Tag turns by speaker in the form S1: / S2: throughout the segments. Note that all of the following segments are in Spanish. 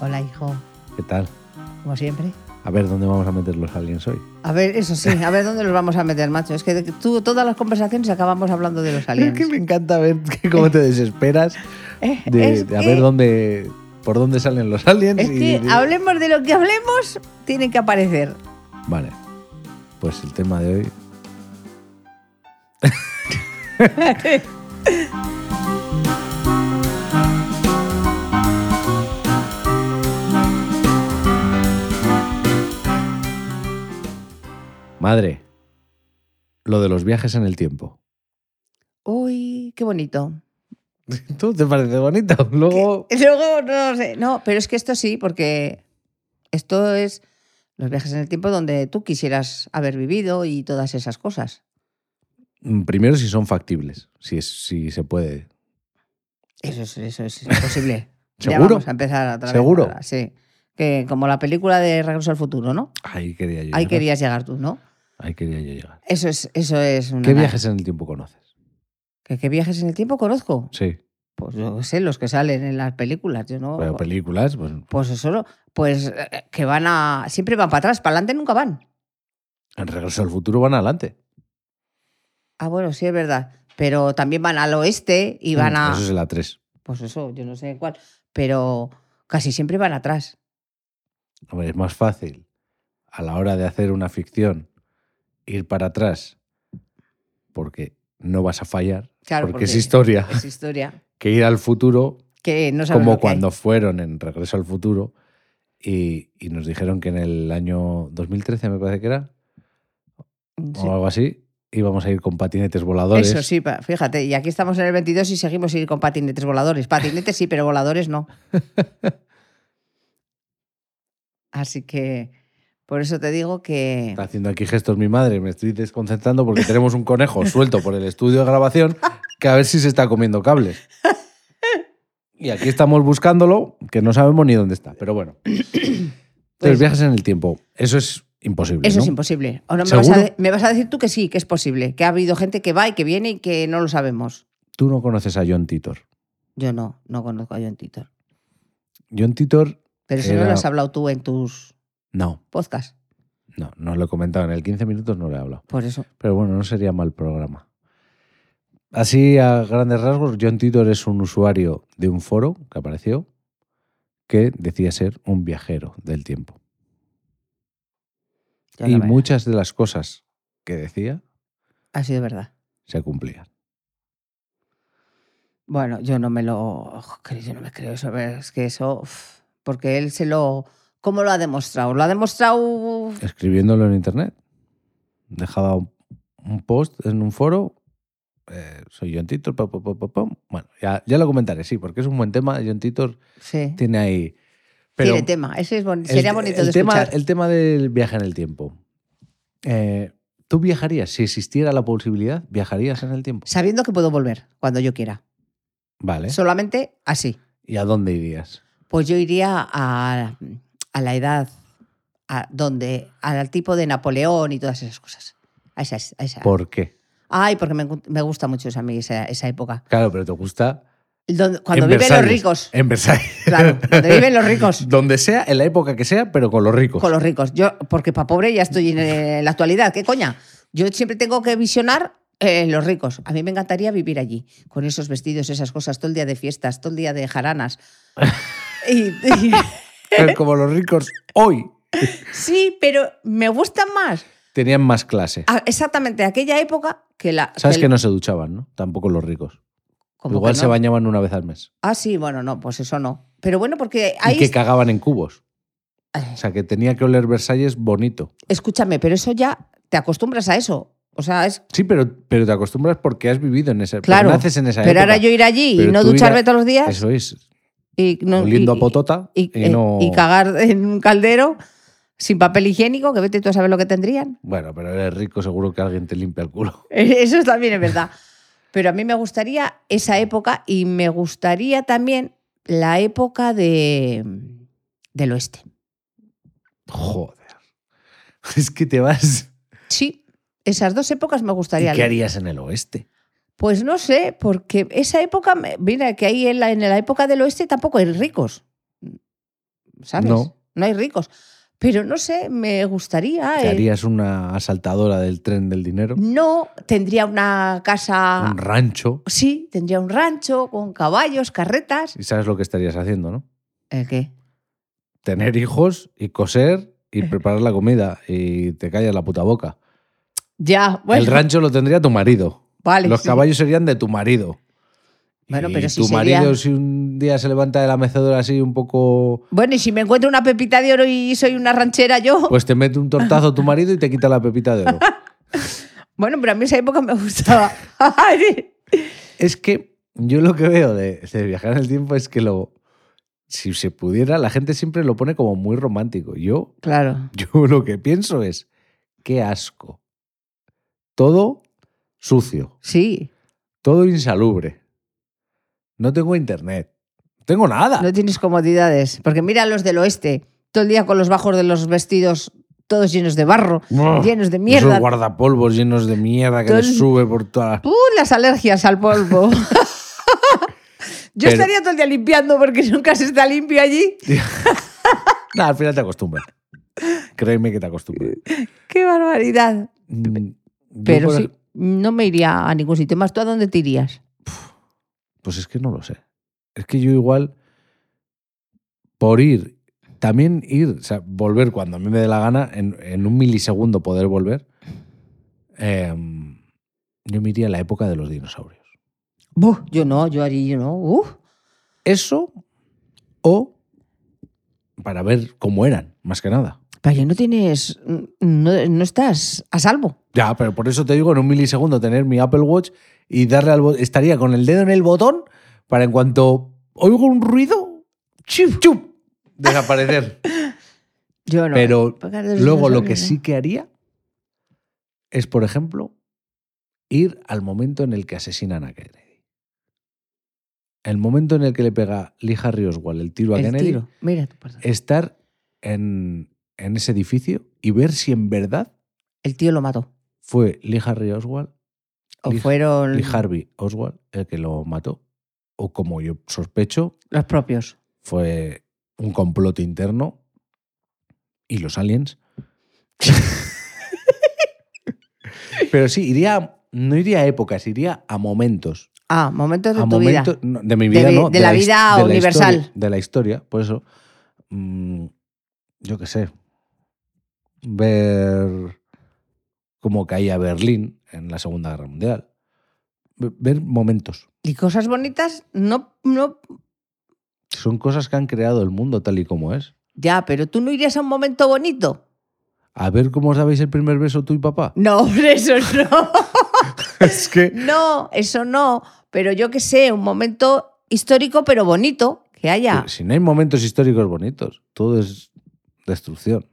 S1: Hola, hijo.
S2: ¿Qué tal?
S1: Como siempre.
S2: A ver dónde vamos a meter los aliens hoy.
S1: A ver, eso sí, a ver dónde los vamos a meter, macho. Es que tú, todas las conversaciones acabamos hablando de los
S2: Es
S1: aliens.
S2: que me encanta ver que cómo te desesperas
S1: Eh,
S2: de,
S1: es
S2: de a
S1: que-
S2: ver dónde, por dónde salen los aliens.
S1: Es
S2: y-
S1: que hablemos de lo que hablemos, tienen que aparecer.
S2: Vale, pues el tema de hoy. Madre, lo de los viajes en el tiempo.
S1: Uy, qué bonito.
S2: ¿Tú te parece bonito? Luego,
S1: Luego, no sé. No, pero es que esto sí, porque esto es los viajes en el tiempo donde tú quisieras haber vivido y todas esas cosas.
S2: mm, primero si son factibles, si, es, si se puede.
S1: Eso es, eso es imposible. Ya
S2: ¿Seguro?
S1: vamos a empezar a través.
S2: ¿Seguro?
S1: ahora, Sí. Que como la película de Regreso al Futuro, ¿no?
S2: Ahí quería yo
S1: Ahí
S2: llegar.
S1: querías llegar tú, ¿no?
S2: Ahí quería yo llegar.
S1: Eso es, eso es una.
S2: ¿Qué viajes en el tiempo conoces?
S1: ¿Qué, qué viajes en el tiempo conozco?
S2: Sí.
S1: Pues yo qué sé, los que salen en las películas. Yo no.
S2: Pero películas, pues
S1: Pues eso, pues eh, que van a. Siempre van para atrás, para adelante nunca van.
S2: en Regreso al Futuro van adelante.
S1: Ah, bueno, sí, es verdad. Pero también van al oeste y van a.
S2: Mm, Eso es la 3.
S1: Pues eso, yo no sé cuál. Pero casi siempre van atrás.
S2: Hombre, es más fácil a la hora de hacer una ficción ir para atrás porque no vas a fallar,
S1: Claro,
S2: porque,
S1: porque
S2: es historia,
S1: Es historia.
S2: que ir al futuro,
S1: Que no sabes lo
S2: como
S1: que hay.
S2: cuando fueron en Regreso al Futuro y, y nos dijeron que en el año 2013, me parece que era,
S1: Sí.
S2: o algo así, íbamos a ir con patinetes voladores.
S1: Eso sí, pa- fíjate, y aquí estamos en el 22 y seguimos ir con patinetes voladores. Patinetes sí, pero voladores no. Así que por eso te digo que
S2: Está haciendo aquí gestos mi madre, me estoy desconcentrando porque tenemos un conejo suelto por el estudio de grabación que a ver si se está comiendo cables. Y aquí estamos buscándolo, que no sabemos ni dónde está, pero bueno. Entonces,
S1: Pues-
S2: viajes en el tiempo, eso es imposible.
S1: eso
S2: ¿no?
S1: es imposible. ¿O no me, vas a,
S2: ¿Seguro?
S1: de- me vas a decir tú que sí, que es posible? Que ha habido gente que va y que viene y que no lo sabemos.
S2: Tú no conoces a John Titor.
S1: Yo no, no conozco a John Titor.
S2: John Titor,
S1: Pero eso no
S2: Era-
S1: lo has hablado tú en tus
S2: no,
S1: podcasts.
S2: no, no lo he comentado. En el 15 minutos no le he hablado.
S1: Por eso.
S2: Pero bueno, no sería mal programa. Así, a grandes rasgos, John Titor es un usuario de un foro que apareció que decía ser un viajero del tiempo.
S1: ya
S2: y
S1: la verdad,
S2: muchas de las cosas que decía
S1: Ha sido verdad.
S2: se cumplían.
S1: Bueno, yo no me lo creo, yo no me creo eso, ver, es que eso, uf, porque él se lo, ¿cómo lo ha demostrado? Lo ha demostrado
S2: Escribiéndolo en internet. Dejaba un, un post en un foro. eh, soy John Titor. pa, pa, pa, pa, pam. Bueno, ya, ya lo comentaré, sí, porque es un buen tema. John Titor
S1: Sí.
S2: tiene ahí.
S1: Tiene tema. Ese es boni-
S2: El-
S1: sería bonito
S2: el
S1: de
S2: tema,
S1: escuchar.
S2: El tema del viaje en el tiempo. Eh, ¿Tú viajarías? Si existiera la posibilidad, ¿viajarías en el tiempo?
S1: Sabiendo que puedo volver cuando yo quiera.
S2: Vale.
S1: Solamente así.
S2: ¿Y a dónde irías?
S1: Pues yo iría a, a la edad, a donde, al tipo de Napoleón y todas esas cosas. A esas, a esa.
S2: ¿Por qué?
S1: Ay, porque me, encu- me gusta mucho esa, a mí esa, esa época.
S2: Claro, pero te gusta.
S1: Donde- cuando
S2: en
S1: viven
S2: Versalles.
S1: los ricos.
S2: En Versalles.
S1: Claro, donde viven los ricos.
S2: Donde sea, en la época que sea, pero con los ricos.
S1: Con los ricos. Yo, porque para pobre ya estoy en, eh, la actualidad. ¿Qué coña? Yo siempre tengo que visionar eh, los ricos. A mí me encantaría vivir allí, con esos vestidos, esas cosas, todo el día de fiestas, todo el día de jaranas. Y- y-
S2: Pero como los ricos hoy
S1: sí, pero me gustan más
S2: tenían más clase.
S1: a- exactamente aquella época que la.
S2: Sabes
S1: Ah, el-
S2: que no se duchaban, ¿no? Tampoco los ricos.
S1: ¿cómo
S2: Igual
S1: que
S2: se
S1: no?
S2: bañaban una vez al mes.
S1: Ah, sí, bueno, no, pues eso no. Pero bueno, porque
S2: y
S1: ahí.
S2: que cagaban en cubos.
S1: Ay.
S2: O sea, que tenía que oler Versalles bonito.
S1: Escúchame, pero eso ya te acostumbras a eso. O sea, es.
S2: Sí, pero, pero te acostumbras porque has vivido en esa porque
S1: Claro,
S2: naces en esa
S1: Pero
S2: época.
S1: ahora yo ir allí
S2: Pero
S1: y no
S2: tú ir a-
S1: ducharme todos los días.
S2: Eso es.
S1: y no-
S2: oliendo
S1: y-
S2: a potota y,
S1: y, eh,
S2: no.
S1: y cagar en un caldero sin papel higiénico, que vete tú a saber lo que tendrían.
S2: Bueno, pero eres rico, seguro que alguien te limpia el culo.
S1: Eso es también es verdad. Pero a mí me gustaría esa época y me gustaría también la época de, del oeste.
S2: Joder. Es que te vas.
S1: Sí, esas dos épocas me
S2: ¿Y
S1: gustaría.
S2: qué harías en el oeste?
S1: Pues no sé, porque esa época, me- mira, que ahí en la, en la época del oeste tampoco hay ricos. ¿sabes?
S2: No.
S1: No hay ricos. Pero no sé, me gustaría.
S2: ¿Te
S1: eh,
S2: harías una asaltadora del tren del dinero?
S1: No, tendría una casa.
S2: Un rancho.
S1: sí, tendría un rancho con caballos, carretas.
S2: Y sabes lo que estarías haciendo, ¿no?
S1: Eh, ¿Qué?
S2: Tener hijos y coser y preparar la comida y te callas la puta boca.
S1: Ya, bueno.
S2: El rancho lo tendría tu marido.
S1: Vale,
S2: Los
S1: sí.
S2: caballos serían de tu marido.
S1: Bueno,
S2: y
S1: pero si
S2: tu
S1: sería-
S2: marido si un día se levanta de la mecedora así un poco...
S1: Bueno, y si me encuentro una pepita de oro y soy una ranchera yo.
S2: Pues te mete un tortazo tu marido y te quita la pepita de oro.
S1: Bueno, pero a mí esa época me gustaba.
S2: Es que yo lo que veo de, de viajar en el tiempo es que lo, si se pudiera, la gente siempre lo pone como muy romántico. Yo,
S1: claro.
S2: yo lo que pienso es, qué asco. Todo sucio,
S1: Sí.
S2: todo insalubre. No tengo internet, no tengo nada.
S1: No tienes comodidades. Porque mira los del oeste, todo el día con los bajos de los vestidos, todos llenos de barro,
S2: Brr,
S1: llenos de
S2: Esos
S1: mierda.
S2: guardapolvos llenos de mierda que
S1: Todo
S2: les
S1: el-
S2: sube por todas las...
S1: ¡Uh, las alergias al polvo! Yo
S2: Pero-
S1: estaría todo el día limpiando porque nunca se está limpio allí.
S2: Nah, al final te acostumbras. Créeme que te acostumbras.
S1: ¡Qué barbaridad!
S2: Mm, yo
S1: Pero
S2: por
S1: sí,
S2: ej-
S1: no me iría a ningún sitio más. ¿Tú a dónde te irías?
S2: Pues es que no lo sé. Es que yo igual, por ir, también ir, o sea, volver cuando a mí me dé la gana, en, en un milisegundo poder volver, em, yo me iría a la época de los dinosaurios.
S1: Buh, yo no, yo haría, yo no. Uf.
S2: Eso o para ver cómo eran, más que nada.
S1: Pero que no tienes. No, no estás a salvo.
S2: Ya, pero por eso te digo, en un milisegundo tener mi Apple Watch y darle al botón, estaría con el dedo en el botón para en cuanto oigo un ruido, chup, chup, desaparecer.
S1: Yo no. eh.
S2: Pero
S1: Porque los
S2: Luego, lo
S1: dinosaurios,
S2: que
S1: ¿no?
S2: sí que haría es, por ejemplo, ir al momento en el que asesinan a Kennedy. El momento en el que le pega Lee Harry Oswald el tiro a
S1: El
S2: Kennedy,
S1: tiro. Mira tú, perdón.
S2: estar en, en ese edificio y ver si en verdad
S1: El tío lo mató.
S2: fue Lee Harry Oswald,
S1: O
S2: Lij-
S1: fueron
S2: Lee Harvey Oswald el que lo mató. O como yo sospecho,
S1: los propios.
S2: fue un complot interno y los aliens. Pero sí, iría, no iría a épocas, iría a momentos.
S1: Ah, momentos de
S2: a
S1: tu
S2: momentos
S1: vida.
S2: no, de mi vida,
S1: vi-
S2: no.
S1: de la
S2: his-
S1: vida
S2: de la
S1: universal.
S2: historia- de la historia, por eso. mm, yo qué sé. Ver cómo caía Berlín en la Segunda Guerra Mundial. Ve- Ver momentos.
S1: Y cosas bonitas, no, no.
S2: Son cosas que han creado el mundo tal y como es.
S1: Ya, pero tú no irías a un momento bonito.
S2: A ver cómo os dabais el primer beso tú y papá.
S1: No, hombre, eso no.
S2: Es que.
S1: no, eso no. Pero yo qué sé, un momento histórico, pero bonito. Que haya.
S2: eh, Si no hay momentos históricos bonitos, todo es destrucción.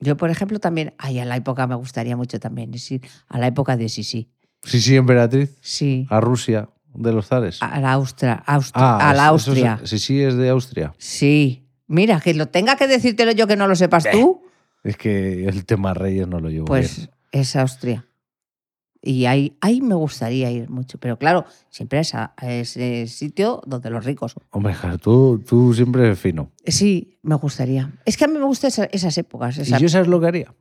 S1: Yo, por ejemplo, también. Ay, a la época me gustaría mucho también. Es ir a la época de Sisi.
S2: Sí, sí, emperatriz.
S1: Sí.
S2: A Rusia, de los zares.
S1: A la Austria.
S2: Ah,
S1: a la
S2: eso- eso
S1: Austria.
S2: es- sí, sí, es de Austria.
S1: Sí. Mira, que lo tenga que decírtelo yo que no lo sepas tú,
S2: Es que el tema Reyes no lo llevo
S1: pues
S2: bien.
S1: es Austria. Y ahí, ahí me gustaría ir mucho. Pero claro, siempre es a, a ese sitio donde los ricos.
S2: Hombre, Jar, tú, tú siempre fino.
S1: Sí, me gustaría. Es que a mí me gustan esa- esas, épocas. esa-
S2: ¿Y yo sabes lo que haría?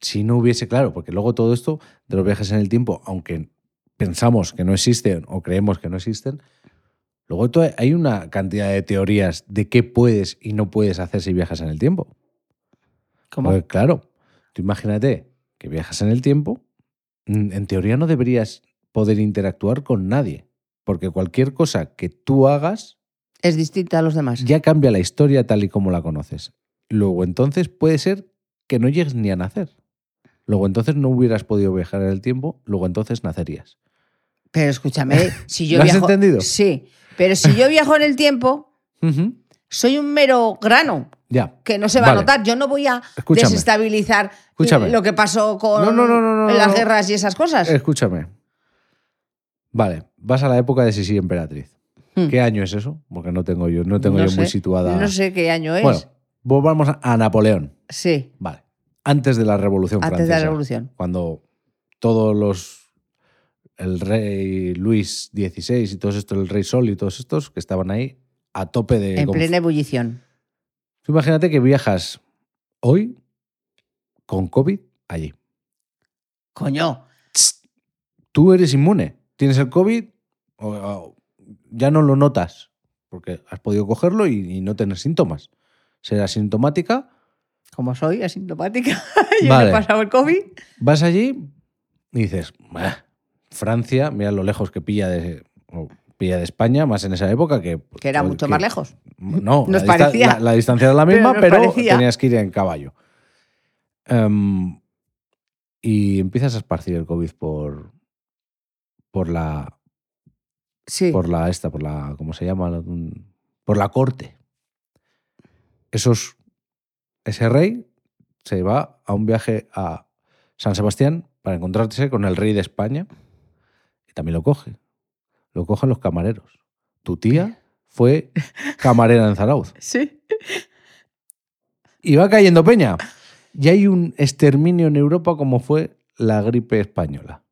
S2: Si no hubiese, claro, porque luego todo esto de los viajes en el tiempo, aunque pensamos que no existen o creemos que no existen, luego to- hay una cantidad de teorías de qué puedes y no puedes hacer si viajas en el tiempo.
S1: ¿Cómo?
S2: Porque, claro, tú imagínate que viajas en el tiempo, mm, en teoría no deberías poder interactuar con nadie, porque cualquier cosa que tú hagas
S1: es distinta a los demás.
S2: ya cambia la historia tal y como la conoces. Luego entonces puede ser que no llegues ni a nacer. Luego entonces no hubieras podido viajar en el tiempo, luego entonces nacerías.
S1: Pero escúchame, si yo
S2: ¿Lo has
S1: viajo.
S2: entendido?
S1: Sí. Pero si yo viajo en el tiempo,
S2: Ujú.
S1: soy un mero grano
S2: Ya.
S1: que no se va
S2: Vale.
S1: a notar. Yo no voy a
S2: Escúchame.
S1: desestabilizar
S2: Escúchame.
S1: lo que pasó con
S2: No, no, no, no, no,
S1: las
S2: no.
S1: guerras y esas cosas.
S2: Escúchame. Vale, vas a la época de Sisi Emperatriz.
S1: Hmm.
S2: ¿Qué año es eso? Porque no tengo yo, no tengo
S1: No
S2: yo muy
S1: sé.
S2: situada.
S1: No sé qué año es.
S2: Bueno, volvamos a- a Napoleón.
S1: sí,
S2: Vale. Antes de la Revolución
S1: antes
S2: Francesa.
S1: de la revolución.
S2: cuando todos los el rey Luis XVI y todos estos, el rey Sol y todos estos que estaban ahí a tope de
S1: en
S2: conf-
S1: plena ebullición.
S2: Tú imagínate que viajas hoy con COVID allí.
S1: Coño.
S2: Tú eres inmune. Tienes el COVID, o- o- ya no lo notas, porque has podido cogerlo y, y no tener síntomas. Serás asintomática,
S1: Como soy asintomática, yo no
S2: Vale.
S1: he pasado el COVID.
S2: vas allí y dices, "Bah, Francia, mira lo lejos que pilla de, o pilla de España, más en esa época que...
S1: Que era mucho
S2: Pues
S1: más
S2: que-
S1: lejos.
S2: No,
S1: Nos
S2: la, dista-
S1: parecía.
S2: la- la distancia era la
S1: Pero
S2: misma,
S1: nos
S2: pero,
S1: parecía.
S2: tenías que ir en caballo. Em, y empiezas a esparcir el COVID por, por la.
S1: Sí.
S2: Por la esta, por la. ¿Cómo se llama? La- un- Por la corte. Esos. Ese rey se va a un viaje a San Sebastián para encontrarse con el rey de España. Y también lo coge. Lo cogen los camareros. Tu tía fue camarera en Zarauz.
S1: Sí.
S2: Y va cayendo peña. Y hay un exterminio en Europa como fue la gripe española.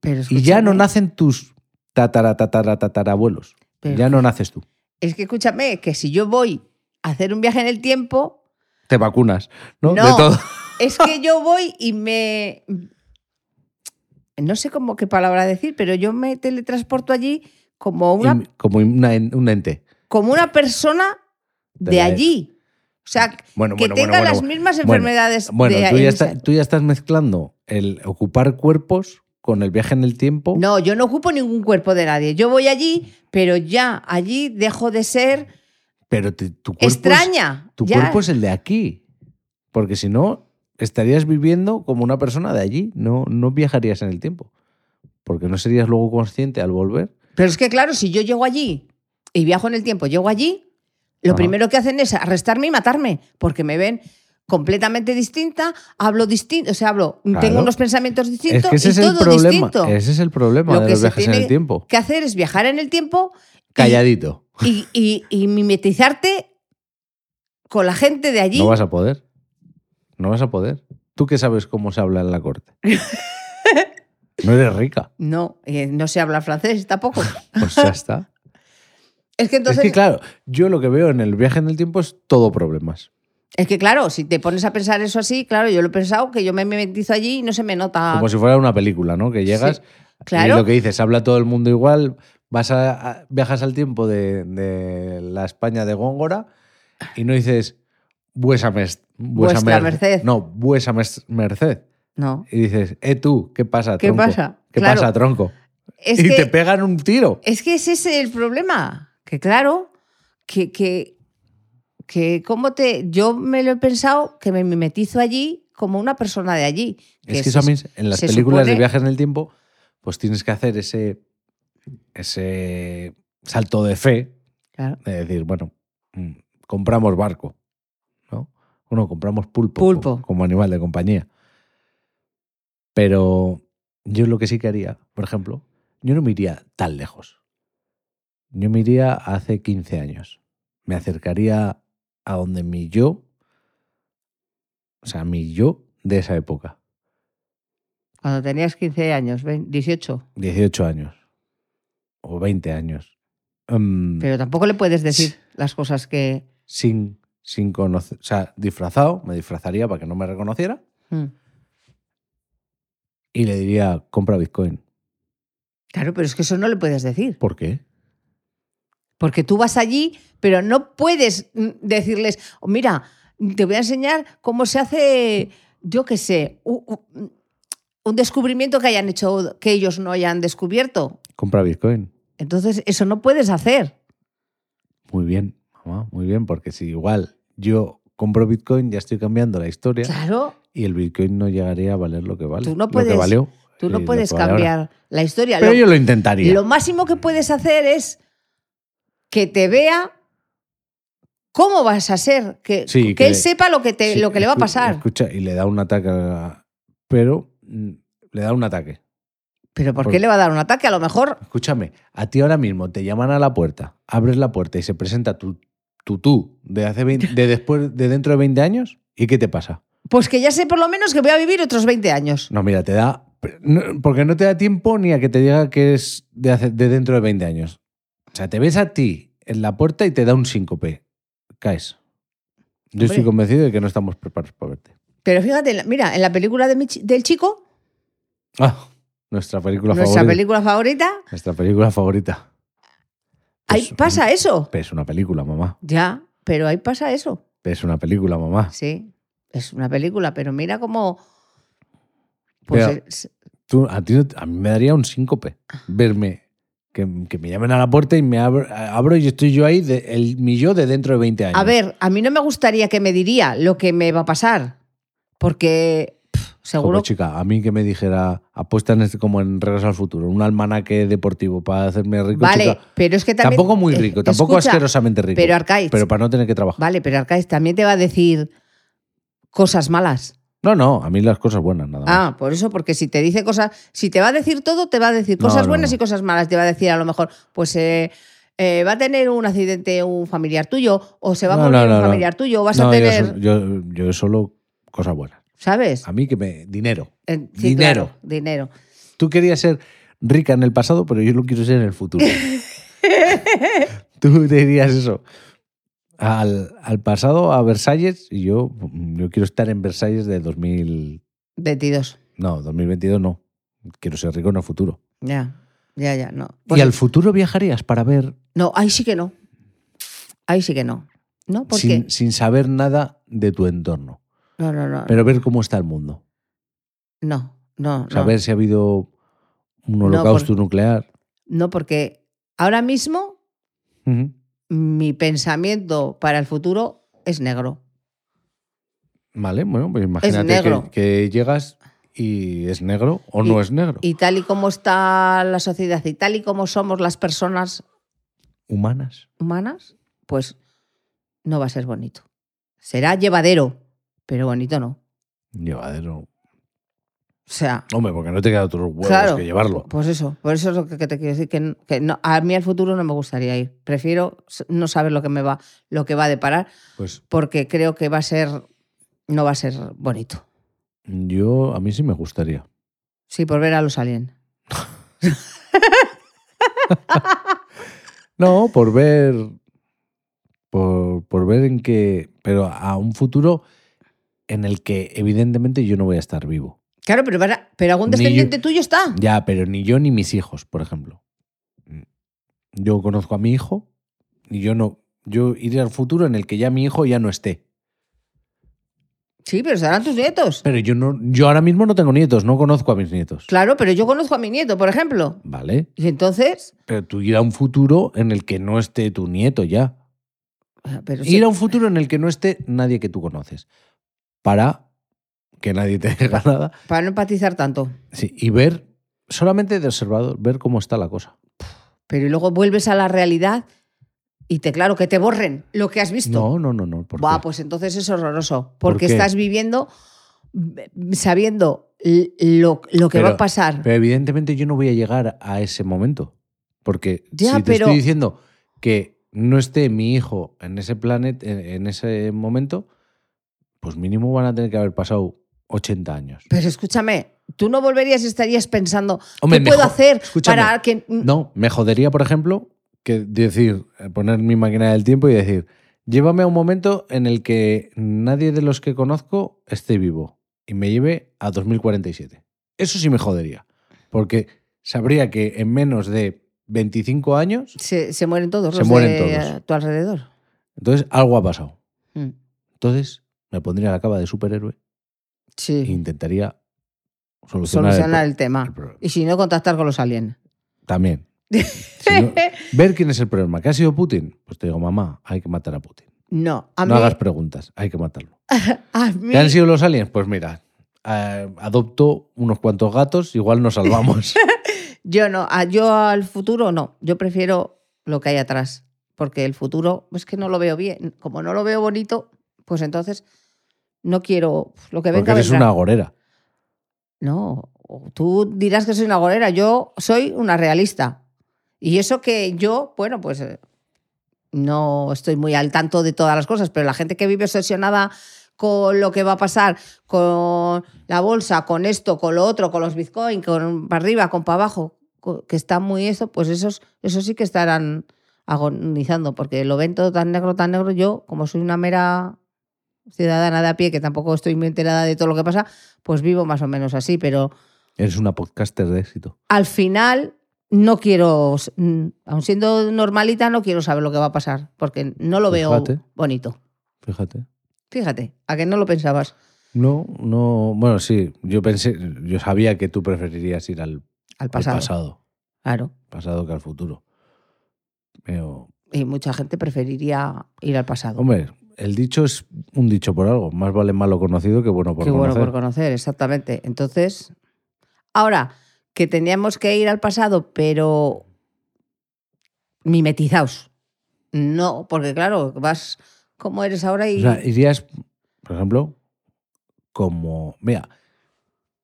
S1: Pero
S2: Y ya no
S1: escúchame,
S2: nacen tus tatara, tatara, tatarabuelos.
S1: pero
S2: Ya no naces tú.
S1: Es que escúchame, que si yo voy a hacer un viaje en el tiempo,
S2: Te vacunas, ¿no?
S1: No.
S2: De todo.
S1: es que yo voy y me. No sé cómo qué palabra decir, pero yo me teletransporto allí como una,
S2: Im- como una, en- un ente.
S1: como una persona
S2: Te
S1: de
S2: la-
S1: allí. O sea,
S2: Bueno,
S1: que
S2: bueno,
S1: tenga
S2: bueno,
S1: las
S2: bueno.
S1: mismas
S2: Bueno,
S1: enfermedades
S2: Bueno,
S1: de
S2: tú, ya
S1: en-
S2: está- tú ya estás mezclando el ocupar cuerpos con el viaje en el tiempo.
S1: No, yo no ocupo ningún cuerpo de nadie. Yo voy allí, pero ya allí dejo de ser
S2: Pero te- tu cuerpo es-
S1: extraña.
S2: tu
S1: ya.
S2: cuerpo es el de aquí. Porque si no, estarías viviendo como una persona de allí. No, no viajarías en el tiempo. Porque no serías luego consciente al volver.
S1: Pero es que claro, si yo llego allí y viajo en el tiempo, llego allí, lo
S2: Ajá.
S1: primero que hacen es arrestarme y matarme, porque me ven completamente distinta, hablo distinto, o sea, hablo, mm, tengo
S2: Claro.
S1: unos pensamientos distintos
S2: Es que ese
S1: y
S2: es
S1: todo
S2: el problema.
S1: distinto.
S2: Ese es el problema
S1: Lo
S2: de
S1: que
S2: los
S1: se
S2: viajes en
S1: tiene
S2: el tiempo.
S1: ¿Qué hacer es viajar en el tiempo y-
S2: Calladito.
S1: y, y- y mimetizarte con la gente de allí?
S2: No vas a poder. No vas a poder. ¿Tú qué sabes cómo se habla en la corte? No eres rica.
S1: No, eh, no sé hablar francés tampoco.
S2: Pues ya está.
S1: es que entonces,
S2: es que claro, yo lo que veo en el viaje en el tiempo es todo problemas.
S1: claro, si te pones a pensar eso así, claro, yo lo he pensado, que yo me mimetizo allí y no se me nota.
S2: Como si fuera una película, ¿no? Que llegas
S1: Ah, Sí, claro.
S2: y lo que dices, habla todo el mundo igual, vas a, a- viajas al tiempo de, de la España de Góngora y no dices vuesa, mes- vuesa
S1: Vuestra
S2: mer-
S1: merced.
S2: No, vuesa mes- merced.
S1: No.
S2: Y dices, eh tú, ¿qué pasa,
S1: ¿Qué
S2: tronco?
S1: pasa?
S2: ¿Qué
S1: Claro.
S2: pasa, tronco?
S1: Es
S2: y
S1: que,
S2: te pegan un tiro.
S1: es que ese es el problema. Que claro, que, que, que cómo te. Yo me lo he pensado que me mimetizo allí como una persona de allí.
S2: Es que
S1: se-
S2: eso a mí, en las
S1: se
S2: películas de
S1: supone-
S2: viajes en el tiempo, pues tienes que hacer ese, ese salto de fe,
S1: Claro.
S2: de decir, bueno, mm, compramos barco, ¿no? Bueno, compramos pulpo,
S1: Pulpo.
S2: co- como animal de compañía. Pero yo lo que sí que haría, por ejemplo, yo no me iría tan lejos. Yo me iría hace 15 años. Me acercaría a donde mi yo, o sea, mi yo de esa época.
S1: Cuando tenías 15 años, ve- 18.
S2: 18 años o 20 años. Em,
S1: Pero tampoco le puedes decir las cosas que.
S2: sin, sin conocer, o sea, disfrazado, me disfrazaría para que no me reconociera
S1: Mm.
S2: y le diría, compra Bitcoin.
S1: Claro, pero es que eso no le puedes decir.
S2: ¿Por qué?
S1: Porque tú vas allí, pero no puedes mm, decirles, "Oh, mira, te voy a enseñar cómo se hace, yo qué sé, u- u- un, descubrimiento que hayan hecho, que ellos no hayan descubierto.
S2: Compra Bitcoin.
S1: Entonces, eso no puedes hacer.
S2: Muy bien, mamá, muy bien, porque si igual yo compro Bitcoin, ya estoy cambiando la historia
S1: Claro,
S2: y el Bitcoin no llegaría a valer lo que vale.
S1: Tú no
S2: lo
S1: puedes-
S2: que valió.
S1: tú
S2: y
S1: no
S2: lo
S1: puedes
S2: que vale ahora.
S1: cambiar la historia.
S2: Pero
S1: lo,
S2: yo lo intentaría.
S1: lo máximo que puedes hacer es que te vea cómo vas a ser, que,
S2: Sí,
S1: que
S2: que-
S1: él sepa lo que, te,
S2: Sí,
S1: lo que le va a
S2: escu-
S1: pasar.
S2: Escucha, y le da un ataque. a- Pero mm, le da un ataque.
S1: pero ¿por
S2: por-
S1: qué le va a dar un ataque? A lo mejor
S2: Escúchame, a ti ahora mismo te llaman a la puerta, abres la puerta y se presenta tu tu tú de hace 20 de después de dentro de 20 años y qué te pasa?
S1: Pues que ya sé por lo menos que voy a vivir otros 20 años.
S2: No, mira, te da no, porque no te da tiempo ni a que te diga que es de hace de dentro de 20 años. O sea, te ves a ti en la puerta y te da un síncope. Caes. Yo estoy
S1: Hombre.
S2: convencido de que no estamos preparados para verte.
S1: Pero fíjate, en la- mira, en la película de mi chi- del chico,
S2: Ah, nuestra película
S1: nuestra
S2: favorita.
S1: película favorita,
S2: Nuestra película favorita.
S1: ahí
S2: Pues,
S1: pasa eso.
S2: Es una película, mamá.
S1: Ya, pero ahí pasa eso.
S2: Es una película, mamá.
S1: Sí, es una película, pero mira cómo... Pues
S2: Pero-
S1: es-
S2: Tú- a, ti no te- a mí me daría un síncope verme. Que, que me llamen a la puerta y me abro, abro y estoy yo ahí, de, el, mi yo de dentro de 20 años.
S1: a ver, a mí no me gustaría que me diría lo que me va a pasar, porque pf,
S2: Joder,
S1: seguro...
S2: chica, a mí que me dijera apuesta en este, como en Regreso al Futuro, un almanaque deportivo para hacerme rico.
S1: vale,
S2: chica.
S1: pero es que también...
S2: tampoco muy
S1: eh,
S2: rico, tampoco
S1: escucha,
S2: asquerosamente rico.
S1: Pero Arcaiz,
S2: pero para no tener que trabajar.
S1: vale, pero Arcaiz también te va a decir cosas malas.
S2: No, no, a mí las cosas buenas, nada más.
S1: Ah, por eso, porque si te dice cosas, si te va a decir todo, te va a decir
S2: No,
S1: cosas
S2: no,
S1: buenas
S2: no.
S1: y cosas malas. Te va a decir a lo mejor, pues eh, eh, va a tener un accidente un familiar tuyo, o se va
S2: No,
S1: a morir
S2: no, no,
S1: un
S2: no.
S1: familiar tuyo, o vas a
S2: No, yo
S1: tener,
S2: so- yo, yo solo cosas buenas.
S1: ¿sabes?
S2: A mí que me. Dinero.
S1: Eh,
S2: Ah, dinero.
S1: claro, dinero.
S2: Tú querías ser rica en el pasado, pero yo lo quiero ser en el futuro. Tú te dirías eso. Al, al pasado, a Versalles, y yo, yo quiero estar en Versalles de 2000.
S1: 22.
S2: No, 2022 no. Quiero ser rico en el futuro.
S1: Ya, ya, ya, no.
S2: ¿Y
S1: Pues-
S2: al futuro viajarías para ver
S1: No, ahí sí que no. Ahí sí que no. ¿No? ¿Por qué?
S2: sin, sin saber nada de tu entorno?
S1: No, no, no.
S2: Pero ver cómo está el mundo.
S1: no, no, no.
S2: Saber si ha habido un
S1: No,
S2: holocausto nuclear.
S1: No, porque ahora mismo
S2: Ujú.
S1: mi pensamiento para el futuro es negro.
S2: Vale, bueno, pues imagínate
S1: negro.
S2: que, que llegas y es negro o
S1: Y-
S2: no es negro.
S1: Y tal y como está la sociedad y tal y como somos las personas
S2: Humanas.
S1: humanas, pues no va a ser bonito. Será llevadero, pero bonito no.
S2: Llevadero.
S1: O sea,
S2: Hombre, porque no te queda otros huevos
S1: claro.
S2: que llevarlo.
S1: Pues eso, por eso es lo que que te quiero decir, que, n- que no, a mí al futuro no me gustaría ir. Prefiero s- no saber lo que me va, lo que va a deparar,
S2: Pues
S1: porque creo que va a ser, no va a ser bonito.
S2: yo, a mí sí me gustaría.
S1: Sí, por ver a los aliens.
S2: No, por ver. Por, por ver en qué. Pero a un futuro en el que, evidentemente, yo no voy a estar vivo.
S1: Claro, pero, para- pero algún
S2: Ni yo-
S1: descendiente tuyo está.
S2: Ya, pero ni yo ni mis hijos, por ejemplo. Yo conozco a mi hijo y yo no. Yo iré al futuro en el que ya mi hijo ya no esté.
S1: Sí, pero estarán tus nietos.
S2: Pero yo no. Yo ahora mismo no tengo nietos, no conozco a mis nietos.
S1: Claro, pero yo conozco a mi nieto, por ejemplo.
S2: Vale.
S1: Y entonces,
S2: Pero tú ir a un futuro en el que no esté tu nieto ya.
S1: ah, Pero sí.
S2: Ir a un futuro en el que no esté nadie que tú conoces. Para que nadie te diga nada.
S1: Para no empatizar tanto.
S2: Sí, y ver, solamente de observador, ver cómo está la cosa.
S1: Pero y luego vuelves a la realidad y te, claro, que te borren lo que has visto.
S2: No, no, no, no. ¿por
S1: Buah,
S2: qué?
S1: pues entonces es horroroso.
S2: ¿Por
S1: Porque
S2: qué?
S1: estás viviendo eh, sabiendo l- lo, lo que va
S2: Pero-
S1: a pasar.
S2: Pero evidentemente yo no voy a llegar a ese momento. Porque
S1: Ya,
S2: si te
S1: pero-
S2: estoy diciendo que no esté mi hijo en ese planet, en, en ese momento, pues mínimo van a tener que haber pasado 80 años.
S1: Pero escúchame, tú no volverías y estarías pensando,
S2: Hombre,
S1: ¿qué
S2: mejor-
S1: puedo hacer
S2: escúchame,
S1: para que...
S2: No, me jodería, por ejemplo, que decir, eh, poner mi máquina del tiempo y decir, llévame a un momento en el que nadie de los que conozco esté vivo y me lleve a 2047. Eso sí me jodería, porque sabría que en menos de 25 años,
S1: Se, se mueren todos
S2: Se
S1: los
S2: mueren
S1: de
S2: todos.
S1: a tu alrededor.
S2: entonces algo ha pasado.
S1: Mm,
S2: Entonces me pondría la capa de superhéroe e
S1: Sí,
S2: intentaría solucionar, el
S1: solucionar
S2: pro-
S1: el tema.
S2: el problema.
S1: Y si no, contactar con los aliens.
S2: También. Si no- ver quién es el problema. ¿Qué ha sido Putin? Pues te digo, mamá, hay que matar a Putin.
S1: No, a
S2: no
S1: mí...
S2: hagas preguntas, hay que matarlo.
S1: a mí-
S2: ¿Qué han sido los aliens? Pues mira, eh, adopto unos cuantos gatos, igual nos salvamos.
S1: Yo no, a- yo al futuro no, yo prefiero lo que hay atrás, porque el futuro es que no lo veo bien, como no lo veo bonito, pues entonces no quiero lo
S2: porque
S1: que venga.
S2: eres
S1: vendrá.
S2: una agorera.
S1: No, o tú dirás que soy una golera, yo soy una realista. Y eso que yo, bueno, pues eh, no estoy muy al tanto de todas las cosas, pero la gente que vive obsesionada con lo que va a pasar, con la bolsa, con esto, con lo otro, con los bitcoins, con para arriba, con para abajo, co- que está muy eso, pues esos, esos sí que estarán agonizando, porque lo ven todo tan negro, tan negro. Yo, como soy una mera ciudadana de a pie, que tampoco estoy muy enterada de todo lo que pasa, pues vivo más o menos así, pero
S2: Eres una podcaster de éxito.
S1: al final no quiero, mm, aun siendo normalita, no quiero saber lo que va a pasar, porque no lo
S2: Fíjate.
S1: veo bonito.
S2: Fíjate.
S1: Fíjate, a que no lo pensabas.
S2: No, no. Bueno, sí. Yo pensé, yo sabía que tú preferirías ir al
S1: Al
S2: al
S1: pasado.
S2: pasado,
S1: Claro.
S2: pasado que al futuro. Pero,
S1: Y mucha gente preferiría ir al pasado.
S2: hombre, el dicho es un dicho por algo. Más vale malo conocido que bueno por
S1: Qué bueno
S2: conocer.
S1: por conocer, exactamente. Entonces, ahora que teníamos que ir al pasado, pero mimetizaos. No, porque claro, vas como eres ahora y
S2: O sea, irías, por ejemplo, como. Mira,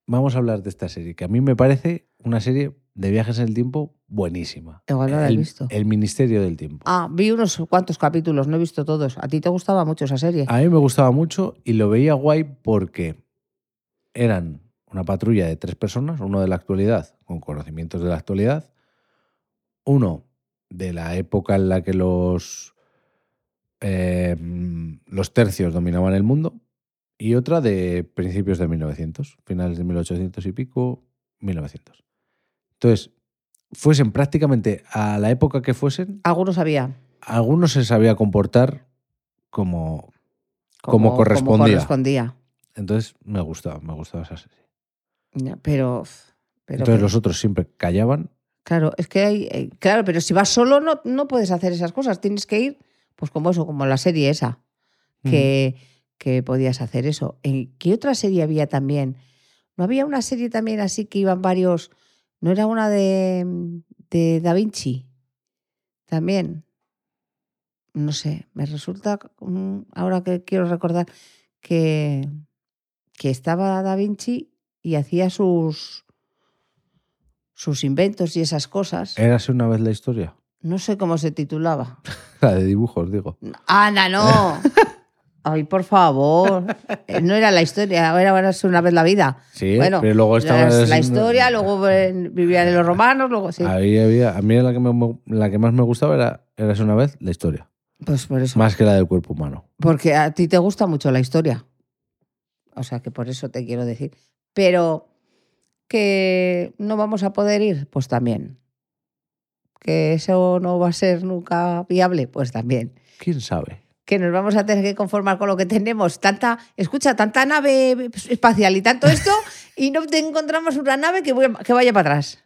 S2: vamos a hablar de esta serie, que a mí me parece una serie de viajes en el tiempo buenísima.
S1: Igual no la he
S2: el,
S1: visto.
S2: El Ministerio del Tiempo.
S1: Ah, vi unos cuantos capítulos, no he visto todos. A ti te gustaba mucho esa serie.
S2: A mí me gustaba mucho y lo veía guay porque eran una patrulla de tres personas, uno de la actualidad, con conocimientos de la actualidad, uno de la época en la que los, eh, los tercios dominaban el mundo y otra de principios de 1900, finales de 1800 y pico, 1900. Entonces, fuesen prácticamente a la época que fuesen,
S1: Algunos había.
S2: algunos se sabía comportar como, Como correspondía.
S1: correspondía.
S2: Entonces me gustaba, me gustaba esa serie.
S1: No, Pero, pero
S2: Entonces
S1: que-
S2: los otros siempre callaban.
S1: Claro, es que hay. eh, Claro, pero si vas solo no, no puedes hacer esas cosas. Tienes que ir, pues como eso, como la serie esa, que, que podías hacer eso. ¿En qué otra serie había también? ¿No había una serie también así que iban varios? ¿No era una de, mm, de Da Vinci? También. No sé, me resulta, mm, ahora que quiero recordar, que, que estaba Da Vinci y hacía sus, sus inventos y esas cosas.
S2: Érase una vez la historia.
S1: No sé cómo se titulaba.
S2: La de dibujos, digo.
S1: Mm, Ana, no. Ay, por favor. Eh, No era la historia, ahora ahora es una vez la vida.
S2: Sí,
S1: bueno,
S2: pero luego estaba.
S1: era la historia, luego eh, vivían los romanos, luego sí.
S2: Ahí había- a mí la que, me- la que más me gustaba era Érase una vez la historia.
S1: Pues por eso.
S2: Más que la del cuerpo humano.
S1: Porque a ti te gusta mucho la historia. O sea, que por eso te quiero decir. Pero que no vamos a poder ir, pues también. Que eso no va a ser nunca viable, pues también.
S2: ¿Quién sabe?
S1: que nos vamos a tener que conformar con lo que tenemos. Tanta, escucha, tanta nave espacial y tanto esto, y no te encontramos una nave que, voy- que vaya para atrás.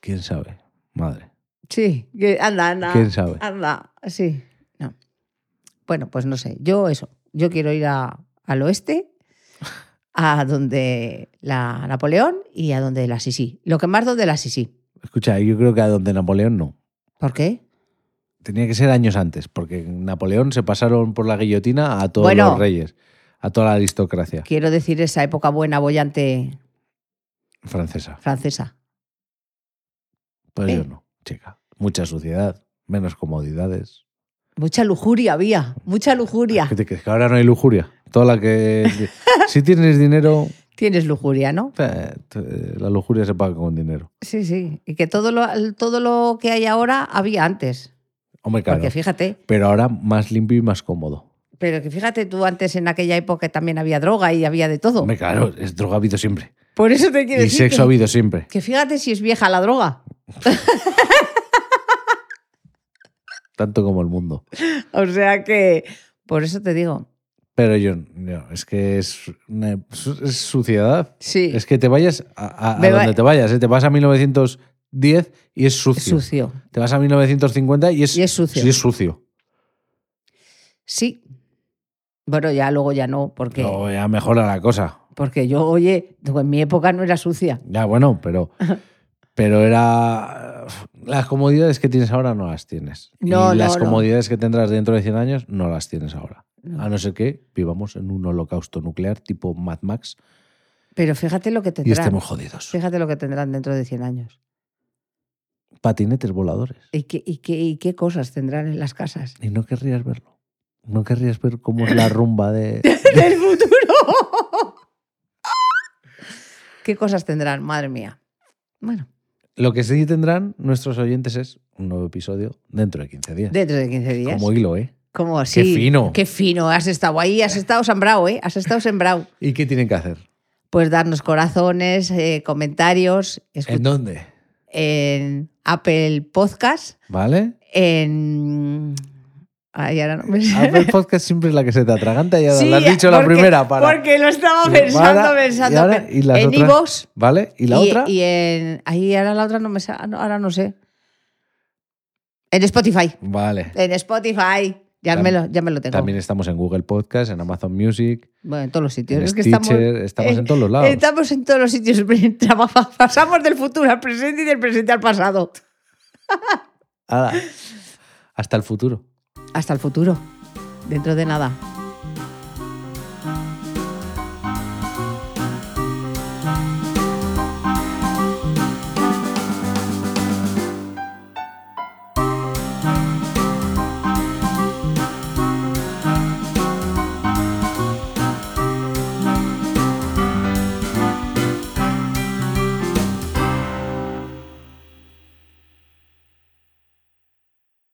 S2: ¿Quién sabe? Madre.
S1: Sí, que anda, anda.
S2: ¿Quién sabe?
S1: Anda, sí. No. Bueno, pues no sé. Yo eso. Yo quiero ir a- al oeste, a donde la Napoleón y a donde la Sisi. Lo que más donde la Sisi.
S2: Escucha, yo creo que a donde Napoleón no.
S1: ¿Por qué?
S2: Tenía que ser años antes, porque en Napoleón se pasaron por la guillotina a todos
S1: Bueno.
S2: los reyes, a toda la aristocracia
S1: Quiero decir esa época buena, bollante
S2: francesa.
S1: francesa.
S2: Pues
S1: ¿Eh?
S2: yo no, chica. Mucha suciedad, menos comodidades.
S1: Mucha lujuria había, mucha lujuria.
S2: Ah, Que, te- que ahora no hay lujuria. Toda la que. si tienes dinero,
S1: Tienes lujuria, ¿no?
S2: eh, te- la lujuria se paga con dinero.
S1: Sí, sí. Y que todo lo, todo lo que hay ahora había antes.
S2: Hombre, claro.
S1: Porque fíjate,
S2: Pero ahora más limpio y más cómodo.
S1: pero que fíjate tú antes en aquella época también había droga y había de todo.
S2: Hombre, claro, es droga ha habido siempre.
S1: Por eso te Oh. quiero
S2: Y
S1: decir
S2: sexo ha
S1: que,
S2: habido siempre.
S1: que fíjate si es vieja la droga.
S2: Tanto como el mundo.
S1: O sea que, por eso te digo.
S2: Pero yo, yo, es que es, una- es suciedad.
S1: Sí,
S2: Es que te vayas a, a- a
S1: Me va-
S2: donde te vayas. ¿eh? Te vas a 1910 y es
S1: es
S2: sucio.
S1: sucio.
S2: Te vas a 1950 y es,
S1: Y es sucio.
S2: y es sucio.
S1: Sí. Bueno, ya luego ya no, porque,
S2: Luego ya mejora la cosa.
S1: porque yo, oye, digo, en mi época no era sucia.
S2: Ya, bueno, pero, pero era. Las comodidades que tienes ahora no las tienes.
S1: No,
S2: y
S1: no,
S2: las
S1: no.
S2: comodidades que tendrás dentro de 100 años no las tienes ahora.
S1: No.
S2: A no ser que vivamos en un holocausto nuclear tipo Mad Max
S1: Pero fíjate lo que
S2: y este
S1: tendrán.
S2: estemos jodidos.
S1: Fíjate lo que tendrán dentro de 100 años.
S2: Patinetes voladores.
S1: ¿Y qué, y, qué, ¿Y qué cosas tendrán en las casas?
S2: Y no querrías verlo. No querrías ver cómo es la rumba de.
S1: del futuro. ¿Qué cosas tendrán? Madre mía. Bueno,
S2: Lo que sí tendrán nuestros oyentes es un nuevo episodio dentro de 15 días.
S1: dentro de 15 días.
S2: Como hilo, ¿eh?
S1: ¿Cómo así?
S2: Qué fino.
S1: Qué fino. Has estado ahí, has estado sembrado, ¿eh? Has estado sembrado.
S2: ¿Y qué tienen que hacer?
S1: Pues darnos corazones, eh, comentarios, escu-
S2: ¿En dónde?
S1: en Apple Podcast,
S2: ¿Vale?
S1: en... Ay, ahora no me sé.
S2: Apple Podcast siempre es la que se te atraganta y ahora
S1: Sí,
S2: la Ah, has dicho la
S1: porque-
S2: primera para.
S1: Porque lo estaba
S2: Para,
S1: pensando,
S2: y
S1: pensando.
S2: ahora,
S1: pe-
S2: y las
S1: en
S2: otras.
S1: iVoox
S2: ¿Vale? ¿Y la
S1: y,
S2: otra?
S1: y en... Ahí ahora la otra no me sa- no, ahora no sé. En Spotify.
S2: Vale.
S1: En Spotify. Ya,
S2: Tam-
S1: me, lo, ya me lo tengo.
S2: También estamos en Google Podcast, en Amazon Music,
S1: Bueno, en todos los sitios.
S2: en
S1: Es que
S2: Stitcher,
S1: estamos...
S2: estamos, en todos los lados.
S1: Estamos en todos los sitios. Traba- Pasamos del futuro al presente y del presente al pasado.
S2: Ala, Hasta el futuro.
S1: Hasta el futuro. Dentro de nada.